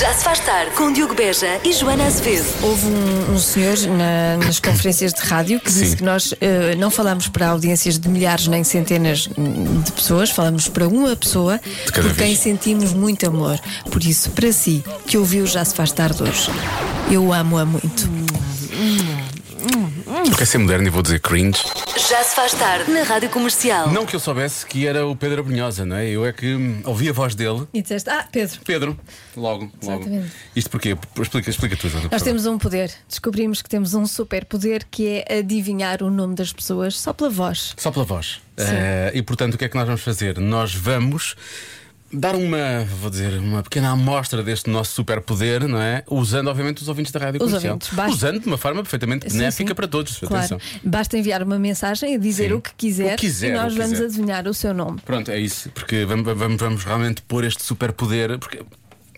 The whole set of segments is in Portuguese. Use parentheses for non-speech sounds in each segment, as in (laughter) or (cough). Já se faz tarde com Diogo Beja e Joana Azevedo. Houve um, um senhor na- nas conferências de rádio que disse Sim. que nós eh, não falamos para audiências de milhares nem centenas hum, de pessoas, falamos para uma pessoa por cada quem vez. sentimos muito amor. Por isso, para si, que ouviu Já Se Faz Tarde hoje, eu amo-a muito. Porque é ser moderno e vou dizer cringe. Já se faz tarde na Rádio Comercial. Não que eu soubesse que era o Pedro Abrunhosa, não é? Eu é que hum, ouvi a voz dele. E disseste, ah, Pedro, Pedro, logo, logo. Exatamente. Isto porquê? Explica, explica tu, Joana. por nós favor. temos um poder. Descobrimos que temos um super poder que é adivinhar o nome das pessoas só pela voz. Só pela voz. Sim. Eh, e portanto, o que é que nós vamos fazer? Nós vamos dar uma, vou dizer, uma pequena amostra deste nosso superpoder, não é? Usando, obviamente, os ouvintes da rádio Os comercial. ouvintes, basta. Usando de uma forma perfeitamente Sim, benéfica sim. para todos. Claro. Atenção. Basta enviar uma mensagem e dizer Sim. o que quiser, O que quiser, e nós o que vamos quiser. adivinhar o seu nome. Pronto, é isso, porque vamos, vamos, vamos realmente pôr este superpoder, porque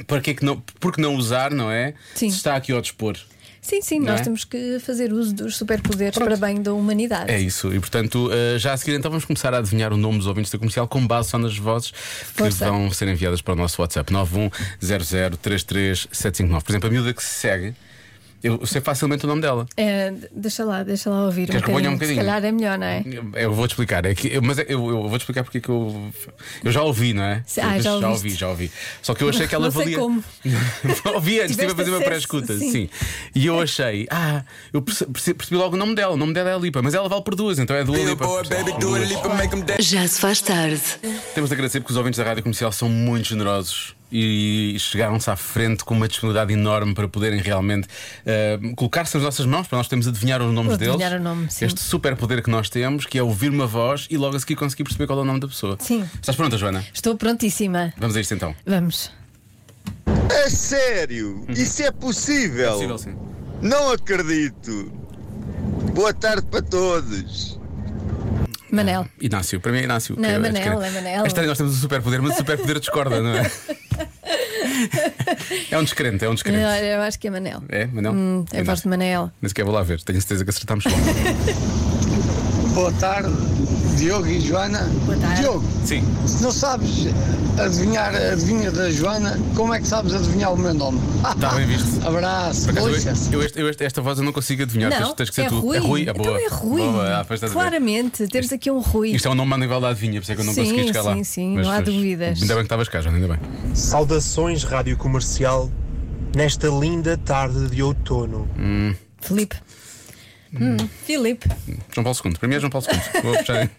para que é que não, porque não usar, não é? Sim. Se está aqui ao dispor. Sim, sim, Não nós é? temos que fazer uso dos superpoderes Pronto. para bem da humanidade. É isso, e portanto, eh, já a seguir então vamos começar a adivinhar o nome dos ouvintes da comercial com base só nas vozes que Força. vão ser enviadas para o nosso WhatsApp 910033759. Por exemplo, a miúda que se segue, eu sei facilmente o nome dela. É, deixa lá, deixa lá ouvir um Queres que eu bocadinho. ponha um Se bocadinho? calhar é melhor, não é? Eu vou te explicar, é que, eu- mas é- eu, eu vou te explicar porque é que eu. Eu já ouvi, não é? Se- ah, Eu- já já ouviste. ouvi, já ouvi. Só que eu achei que ela Não sei valia. (laughs) como. ouvi antes, estive a Tiveste fazer uma acesso, pré-escuta, sim. sim. E eu achei, ah, eu perce- perce- percebi logo o nome dela, o nome dela é a Lipa, mas ela vale por duas, então é Dua Lipa. Billboard, baby, do it, leap and make 'em dance. Já se faz tarde. Temos de agradecer porque os ouvintes da rádio comercial são muito generosos e chegaram-se à frente com uma disponibilidade enorme para poderem realmente eh, colocar-se nas nossas mãos para nós termos de adivinhar os nomes deles. Adivinhar o nome, sim. Este super poder que nós temos, que é ouvir uma voz e logo a seguir conseguir perceber qual é o nome da pessoa. Sim. Estás pronta, Joana? Estou prontíssima. Vamos a isto então. Vamos. É sério? Isso é possível? Uhum. sim. Não acredito. Boa tarde para todos. Manel. Inácio, para mim é Inácio. Não, é Eu acho Manel, que era- é Manel. É estranho, nós temos um super poder, mas o super poder discorda, (laughs) não é? é um descrente, é um Eu, descrente. eu acho que é Manel. É, Manel? Hum, é a voz de Manel. Nem sequer vou lá ver, tenho certeza que acertamos logo. Boa tarde, Diogo e Joana. Boa tarde. Diogo, Sim. se não sabes adivinhar a adivinha da Joana, como é que sabes adivinhar o meu nome? Ah, Está Tá bem visto. Por Abraço, com acaso, eu- licença. eu, este- eu este- esta voz eu não consigo adivinhar, não, tens, tens que ser é, tu. Rui. É Rui, é então boa. é Rui. Boa, ah, pois estás a ver. Claramente, temos aqui um Rui. Isto é um nome a nível da adivinha, por isso é que eu não Sim, consegui chegar lá. sim, sim, não há pois, dúvidas. Ainda bem que estavas cá, Joana, ainda bem. Saudações, Rádio Comercial, nesta linda tarde de outono. um- Filipe. Hum, Filipe. João Paulo II, para mim é João Paulo II. Vou fechar. (laughs) aí.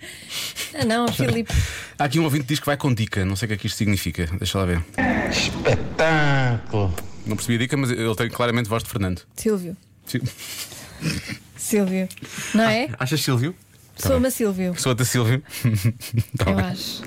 Ah, não, Filipe. Há aqui um ouvinte que diz que vai com dica, não sei o que é que isto significa, deixa lá ver. Espetáculo! Não percebi a dica, mas ele tem claramente voz de Fernando. Silvio. Sil- Silvio. Não Ah, é? Achas Silvio? Sou-me Silvio. Sou da Silvio. (laughs) Tá Eu bem. acho.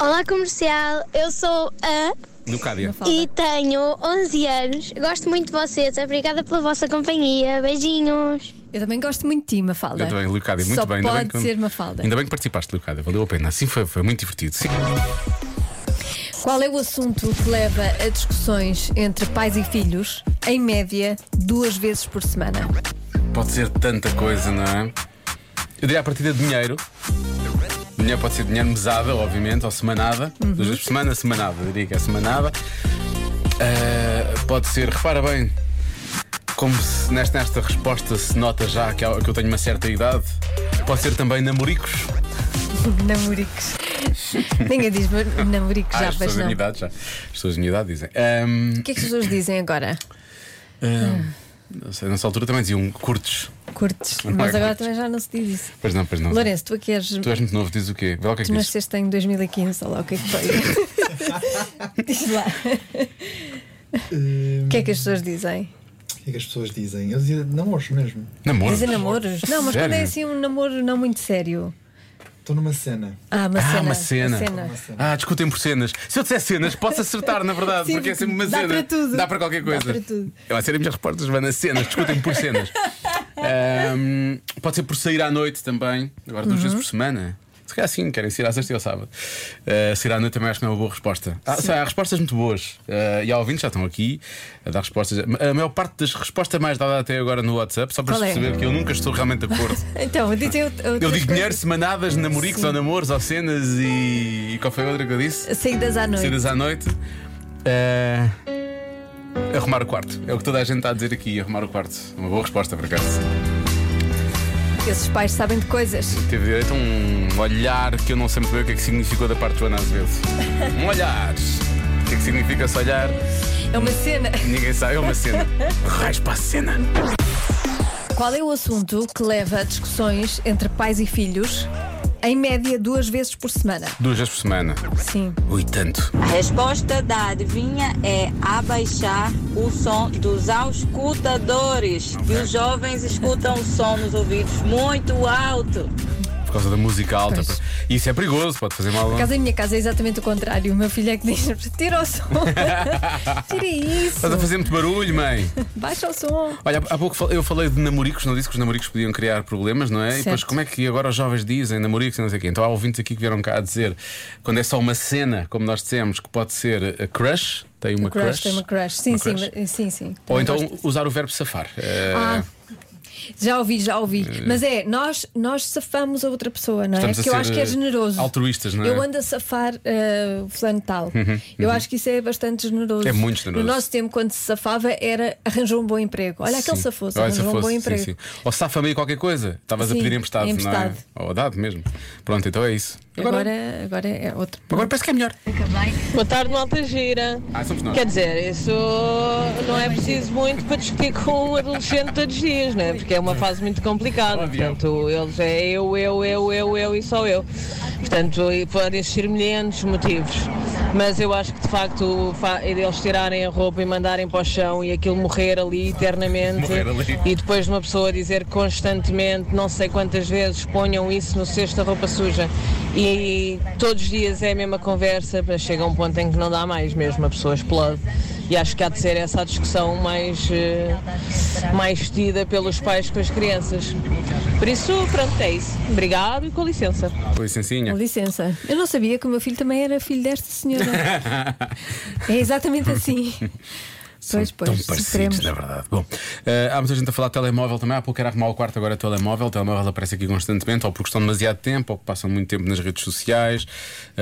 Olá comercial, eu sou a Leocádia. e tenho 11 anos. Gosto muito de vocês, obrigada pela vossa companhia. Beijinhos. Eu também gosto muito de ti, Mafalda. Eu também, Leocádia, muito é? Só bem. ainda Pode bem que, ser Mafalda. Ainda bem que participaste, Leocádia, valeu a pena. Sim, foi, foi muito divertido. Sim. Qual é o assunto que leva a discussões entre pais e filhos, em média, duas vezes por semana? (laughs) Pode ser tanta coisa, não é? Eu diria a partida de dinheiro. Dinheiro pode ser dinheiro mesada, obviamente, ou semanada. Uhum. Duas vezes por semana, semanada, eu diria que é semanada. Ah, pode ser, repara bem, como se nesta, nesta resposta se nota já que, há- que eu tenho uma certa idade. Pode ser também namoricos. Namoricos. Ninguém diz mas namoricos Ah, já, as mas pessoas da não. minha idade já. As pessoas da minha idade dizem. Ahm, O que é que as pessoas dizem agora? Hum. não sei, nessa altura também diziam curtos. Curtes. Não é Mas agora curtes. também já não se diz isso. Pois não, pois não. Lourenço, tu é que és. Tu és muito novo, diz o quê? Vê lá o que é que Tu diz. nasceste em 2015, olha lá o que é que foi. (laughs) diz lá. O que é que as pessoas dizem? O que é que as pessoas dizem? Eu dizia namoros mesmo. Namoro. Dizem namoros? Não, mas quando é Sério? assim um namoro não muito sério. Estou numa cena. Ah, uma Ah, cena. uma cena. cena. Ah, discutem por cenas. Se eu disser cenas, posso acertar, na verdade, (laughs) Sim, porque é porque sempre uma dá cena. para tudo. Dá para qualquer Dá coisa. para tudo. Eu, a ser a minha resposta, Joana, cenas, discutem por (laughs) cenas. Ahm, pode ser por sair à noite também, agora Uhum. duas vezes por semana. Se calhar sim, querem sair à sexta e ao sábado. Ah, sair à noite também acho que não é uma boa resposta. Ah, sei, há respostas muito boas. Ah, e há ouvintes que já estão aqui a dar respostas. A maior parte das respostas mais dadas até agora no WhatsApp, só para Qual é? perceber que eu nunca estou realmente de acordo. Então, dizem out- Eu outras digo coisas. dinheiro, semanadas, namoricos ou namoros ou cenas e. e qual foi a outra que eu disse? Saídas à noite. Saídas à noite. Eh, Arrumar o quarto. É o que toda a gente está a dizer aqui, arrumar o quarto. Uma boa resposta, por acaso. Esses pais sabem de coisas. Teve direito a um olhar que eu não sei muito bem o que é que significou da parte de Joana Azevedo. Um olhar. O que é que significa esse olhar? É uma cena. Ninguém sabe, é uma cena. Raios para a cena. Qual é o assunto que leva a discussões entre pais e filhos, em média, duas vezes por semana? Duas vezes por semana. Sim. Ui, tanto. A resposta da adivinha é abaixar o som dos auscultadores. E os jovens escutam o som nos ouvidos muito alto. Por causa da música alta. Pois. Isso é perigoso, pode fazer mal. Por acaso, em minha casa é exatamente o contrário. O meu filho é que diz: tira (laughs) o som. tira isso. Estás a fazer muito barulho, mãe. Baixa o som. Olha, há pouco fal- eu falei de namoricos, não disse que os namoricos podiam criar problemas, não é? E depois Certo. como é que agora os jovens dizem namoricos e não sei o quê? Então há ouvintes aqui que vieram cá a dizer quando é só uma cena, como nós dissemos, que pode ser a crush, tem uma crush, crush. tem uma crush. Sim, Uma sim, crush. mas- sim, sim. Ou Também então gosto. usar o verbo safar. É, Ah, já ouvi, já ouvi. Mas é, nós, nós safamos a outra pessoa, não é? Estamos a que eu ser, eh, acho que é generoso. altruístas, não é? Eu ando a safar eh, o fulano tal. Uhum, Eu acho que isso é bastante generoso. É muito generoso. No nosso tempo, quando se safava, era arranjou um bom emprego. Olha, aquele sim. safoso, Olha, arranjou um bom safoso, sim, emprego. sim. Ou safa meio qualquer coisa. Estavas a Sim, pedir emprestado, emprestado. não é? Ou dado mesmo. Pronto, então é isso. Agora, agora, é outro. Agora parece que é melhor. Boa tarde, malta gira. Ah, somos nós. Quer dizer, isso não é preciso muito para discutir com um adolescente todos os dias, né? Porque é uma fase muito complicada. Portanto, eles é eu, eu, eu, eu, eu e só eu. Portanto, e podem existir milhares de motivos. Mas eu acho que de facto o fa- é deles tirarem a roupa e mandarem para o chão e aquilo morrer ali eternamente. Morrer ali. E depois de uma pessoa dizer constantemente, não sei quantas vezes, ponham isso no cesto da roupa suja. E todos os dias é a mesma conversa, mas chega um ponto em que não dá mais mesmo, a pessoa explode. E acho que há de ser essa a discussão mais, eh, mais tida pelos pais com as crianças. Por isso, pronto, é isso. Obrigado e com licença. Com licencinha. Com licença. Eu não sabia que o meu filho também era filho desta (laughs) senhora. é exatamente assim. pois, Tão pois, parecidos, é? sofremos. na verdade. Bom, eh, há muita gente a falar de telemóvel também. Há pouco era arrumar o quarto, agora é telemóvel. O telemóvel aparece aqui constantemente, ou porque estão demasiado tempo, ou que passam muito tempo nas redes sociais.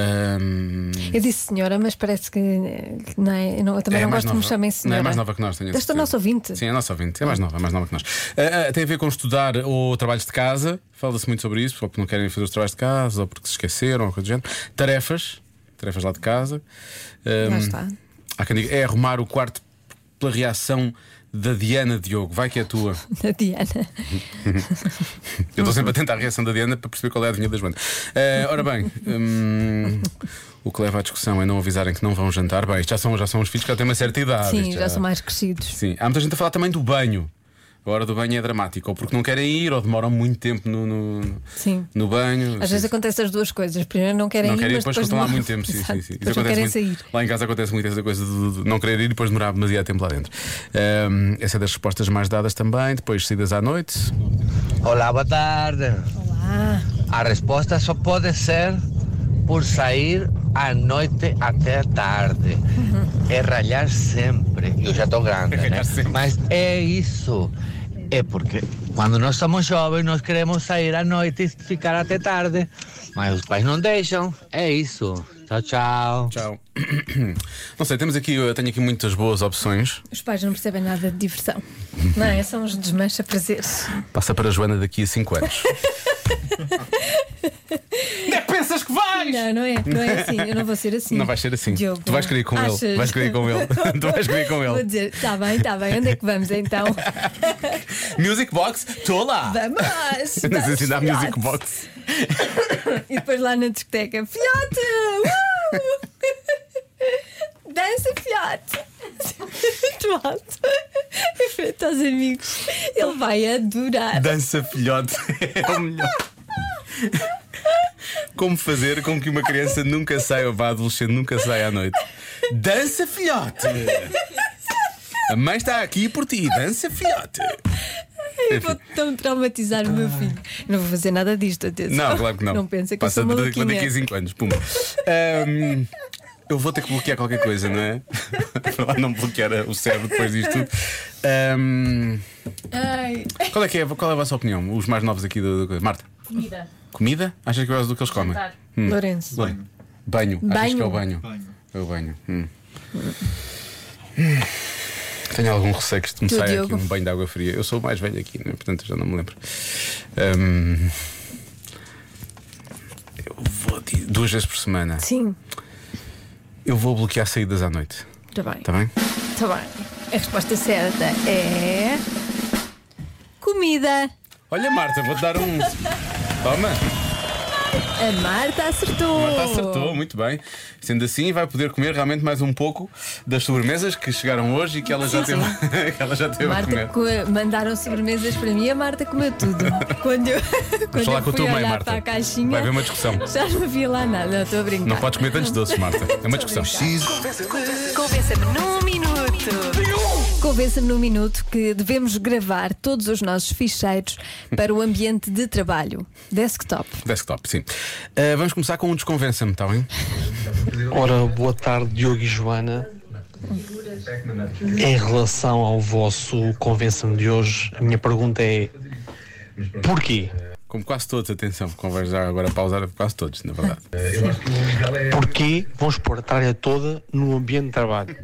Ahm, Eu disse senhora, mas parece que, eh, que não é, eu não- eu também é não mais gosto que me nova. chamem Não senhora. é mais nova que nós, tenho a Desta certeza. nossa ouvinte. Sim, é a nossa ouvinte. É mais nova, é mais nova que nós. Ah, ah, tem a ver com estudar ou trabalhos de casa. Fala-se muito sobre isso, ou porque não querem fazer os trabalhos de casa, ou porque se esqueceram, ou coisa do género. Tarefas, tarefas lá de casa. Ahm, Lá está. há quem diga, é arrumar o quarto pela reação da Diana Diogo. Vai que é tua. Da Diana. Eu estou sempre atento à reação da Diana para perceber qual é a adivinha da Joana. Eh, ora bem, hum, o que leva à discussão é não avisarem que não vão jantar. Bem, isto já são, já são os filhos que Ah, já têm uma certa idade. Sim, isto já, são mais crescidos. Sim, há muita gente a falar também do banho. A hora do banho é dramática, ou porque não querem ir, ou demoram muito tempo no, no, Sim. no banho. Às Sim, vezes acontece as duas coisas. Primeiro não querem não ir, querem mas ir, depois estão lá demoram. muito tempo. Sim, Exato, sim, sim. Isso Depois não acontece querem muito. sair. Lá em casa acontece muito essa coisa de, de não querer ir e depois demorar demasiado tempo lá dentro. Eh, essa é das respostas mais dadas também. Depois saídas à noite. (clears throat) Olá, boa tarde. A resposta só pode ser por sair à noite até a tarde. É ralhar sempre. Eu já estou grande, né? Mas é isso. É porque quando nós somos jovens, nós queremos sair à noite e ficar até tarde. Mas os pais não deixam. É isso. Tchau, tchau. Tchau. Não sei, temos aqui, eu tenho aqui muitas boas opções. Os pais não percebem nada de diversão. (laughs) Não é? São uns desmancha prazeres. Passa para a Joana daqui a (laughs) 5 anos. Onde é que pensas que vais? Não, não é, não é assim. Eu não vou ser assim. Não vais ser assim. Diogo, Tu vais querer ir com ele. achas? Vais querer ir (laughs) com ele. Tu vais querer ir com ele. Vou dizer, está bem, está bem. Onde é que vamos (laughs) então? Music Box, estou lá! Vamos! Não sei se dá vamos, Music Box. E depois lá na discoteca, filhote! Uh! Dança, filhote! Muito alto. Em frente aos amigos. Ele vai adorar. Dança filhote (laughs) é o melhor. Como fazer com que uma criança nunca saia, ou vá adolescente, nunca saia à noite? Dança filhote! A mãe está aqui por ti, dança filhote! Eu vou tão traumatizar o meu filho. Não vou fazer nada disto, atenção. Não, claro que não. Não pensa que Passa eu sou daqui- maluquinha. daqui a 5 anos. Pumba. Ahm, eu vou ter que bloquear qualquer coisa, não é? (laughs) Para não bloquear o cérebro depois disto tudo. Ahm, Ai. qual, é que é, qual é a vossa opinião? Os mais novos aqui do. do- Marta? Comida. Comida? Achas que é do que eles comem? Jantar. Lourenço. Banho. Banho. Achas Banho. que é o banho? Banho. É o banho. Hum. Tenho algum receio que isto me Tu, saia Diogo? aqui um banho de água fria. Eu sou o mais velho aqui, né? portanto já não me lembro. Hum, eu vou di- duas vezes por semana. Sim, Eu vou bloquear saídas à noite. está tá bem. Está bem? Está bem. A resposta certa é. Comida. Olha, Marta, vou-te dar um. Toma! A Marta acertou. Marta acertou, muito bem. Sendo assim, vai poder comer realmente mais um pouco das sobremesas que chegaram hoje e que ela já Sim, teve, (laughs) que ela já teve a Marta comer. co- mandaram sobremesas para mim e a Marta comeu (laughs) tudo. quando eu, quando falar eu com fui a tua mãe, olhar Marta. para a caixinha, Vai haver uma discussão. (laughs) Já não vi lá nada, Não, estou a brincar. Não podes comer tantos doces, Marta. É uma discussão. Convença-me num minuto. Convença-me num minuto que devemos gravar todos os nossos ficheiros para o ambiente de trabalho. Desktop. Desktop, sim. Ah, vamos começar com um desconvença-me, está bem? Ora, boa tarde, Diogo e Joana. Em relação ao vosso convença-me de hoje, a minha pergunta é: porquê? Como quase todos, atenção, conversa agora pausar quase todos, na verdade. Porquê vamos pôr a tralha toda no ambiente de trabalho?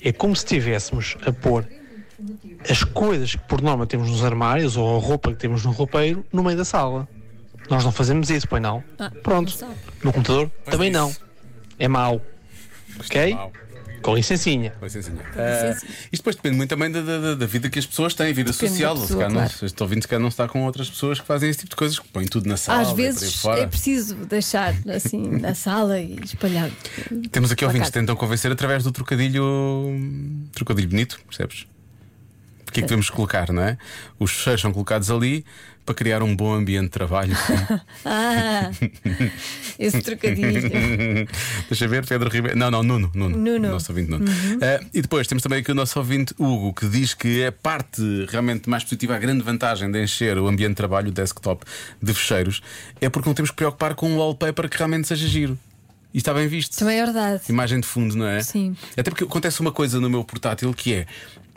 É como se estivéssemos a pôr as coisas que por norma temos nos armários ou a roupa que temos no roupeiro no meio da sala. Nós não fazemos isso, pois não? Ah, Pronto. é. No computador também não. É mau. é Ok? Com licencinha. Com licencinha. Ah, isto depois depende muito também da, da- da- da vida que as pessoas têm, vida Depende da social. pessoa, se calhar não, claro. Estou ouvindo se calhar não está com outras pessoas que fazem esse tipo de coisas, que põem tudo na sala. Às e tá por aí vezes fora. é preciso deixar assim na sala e espalhar. Temos aqui ouvintes que Placado. tentam convencer através do trocadilho. hum, Trocadilho bonito, percebes? O que é que devemos colocar, não é? Os fecheiros são colocados ali para criar um bom ambiente de trabalho. (laughs) Ah, esse trocadilho. Deixa ver, Pedro Ribeiro. Não, não, Nuno. Nuno. Nuno. Nosso ouvinte Nuno. Uhum. Ah, e depois temos também aqui o nosso ouvinte Hugo, que diz que a parte realmente mais positiva, a grande vantagem de encher o ambiente de trabalho, o desktop, de fecheiros, é porque não temos que preocupar com o wallpaper que realmente seja giro. E está bem visto. Também é verdade. Imagem de fundo, não é? Sim. Até porque acontece uma coisa no meu portátil que é: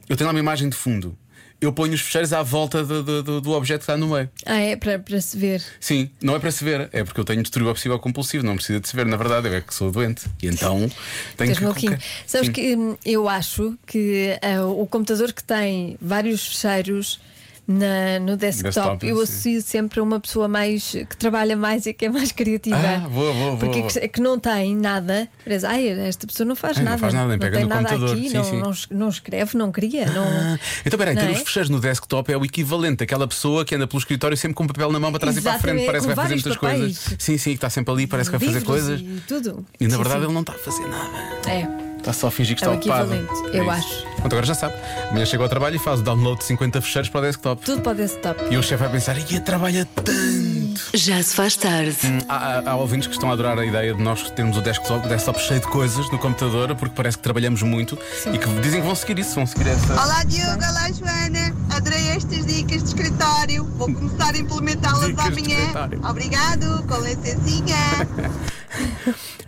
eu tenho lá uma imagem de fundo, eu ponho os fecheiros à volta do, do- do- do objeto que está no meio. Ah, é para, para se ver. Sim, não é para se ver, é porque eu tenho distúrbio obsessivo compulsivo, não precisa de se ver, na verdade, eu é que sou doente. E (laughs) então tenho Tens que. maluquinho. colocar- Sabes Sim. que hum, eu acho que ah, o computador que tem vários fecheiros. na- no desktop, Desktop, eu sim. associo sempre a uma pessoa mais que trabalha mais e que é mais (laughs) criativa. Ah, boa, boa, boa, Porque é boa. que, é que não tem nada, parece, ai, esta pessoa não faz Ai, não nada. faz nada, nem pega tem no nada computador, aqui, sim, não, sim. não es- não escreve, não cria. Não... Então, peraí, Não ter é? os fecheiros no desktop é o equivalente daquela pessoa que anda pelo escritório sempre com um papel na mão para trás e para a Exatamente, frente, parece com que vai fazer vários muitas papéis. coisas. Sim, sim, que está sempre ali, parece que vai fazer Livros coisas. E, tudo. E na Sim, verdade sim. ele não está a fazer nada. É. Está só a fingir que É o está ocupado. equivalente, eu isso. acho. Pronto, agora já sabe. Amanhã chega ao trabalho e faz o download de 50 fecheiros para o desktop. Tudo para o desktop. E o chefe vai pensar, e trabalha tanto. Já se faz tarde. Há, há- há ouvintes que estão a adorar a ideia de nós termos o desktop, desktop cheio de coisas no computador, porque parece que trabalhamos muito e que dizem que vão seguir isso, vão seguir essa. Olá Diogo, olá Joana, adorei estas dicas de escritório, vou começar a implementá-las Dicas de amanhã. escritório. Obrigado, com licencinha.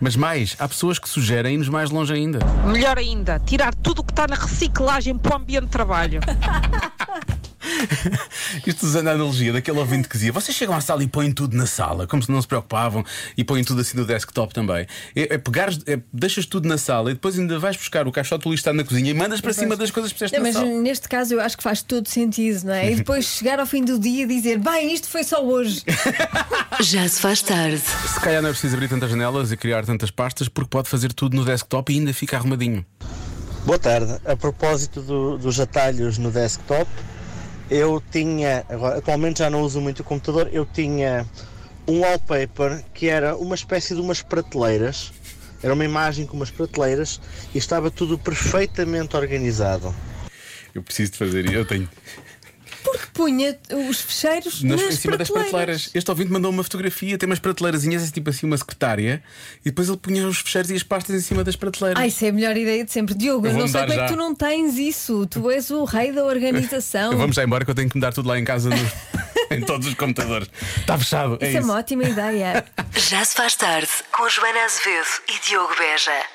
Mas mais, há pessoas que sugerem irmos mais longe ainda. Melhor ainda, tirar tudo o que está na reciclagem para o ambiente de trabalho. Isto usando a analogia daquele ouvinte que dizia: vocês chegam à sala e põem tudo na sala, como se não se preocupavam, e põem tudo assim no desktop também. É, é pegares, é, deixas tudo na sala e depois ainda vais buscar o caixote do lixo que está na cozinha e mandas para cima das coisas que fizeste Não, na mas sala. neste caso eu acho que faz todo sentido, não é? E depois chegar ao fim do dia e dizer, bem, isto foi só (laughs) hoje. Já se faz tarde. Se calhar não é preciso abrir tantas janelas e criar tantas pastas, porque pode fazer tudo no desktop e ainda fica arrumadinho. Boa tarde. A propósito do- dos atalhos no desktop, eu tinha, agora, atualmente já não uso muito o computador, eu tinha um wallpaper que era uma espécie de umas prateleiras, era uma imagem com umas prateleiras e estava tudo perfeitamente organizado. Eu preciso de fazer, eu tenho. Porque punha os fecheiros Nas, nas, em cima das prateleiras. Este ouvinte mandou uma fotografia, tem umas prateleirazinhas, tipo assim, uma secretária, e depois ele punha os fecheiros e as pastas em cima das prateleiras. Ah, isso é a melhor ideia de sempre. Diogo, eu Eu não vou-me sei dar como é já. que tu não tens isso. Tu és o rei da organização. Vamos já embora que (laughs) eu tenho que mudar tudo lá em casa no- (laughs) em todos os computadores. Está fechado. isso é, isso. (laughs) uma ótima ideia. Já se faz tarde com Joana Azevedo e Diogo Beja.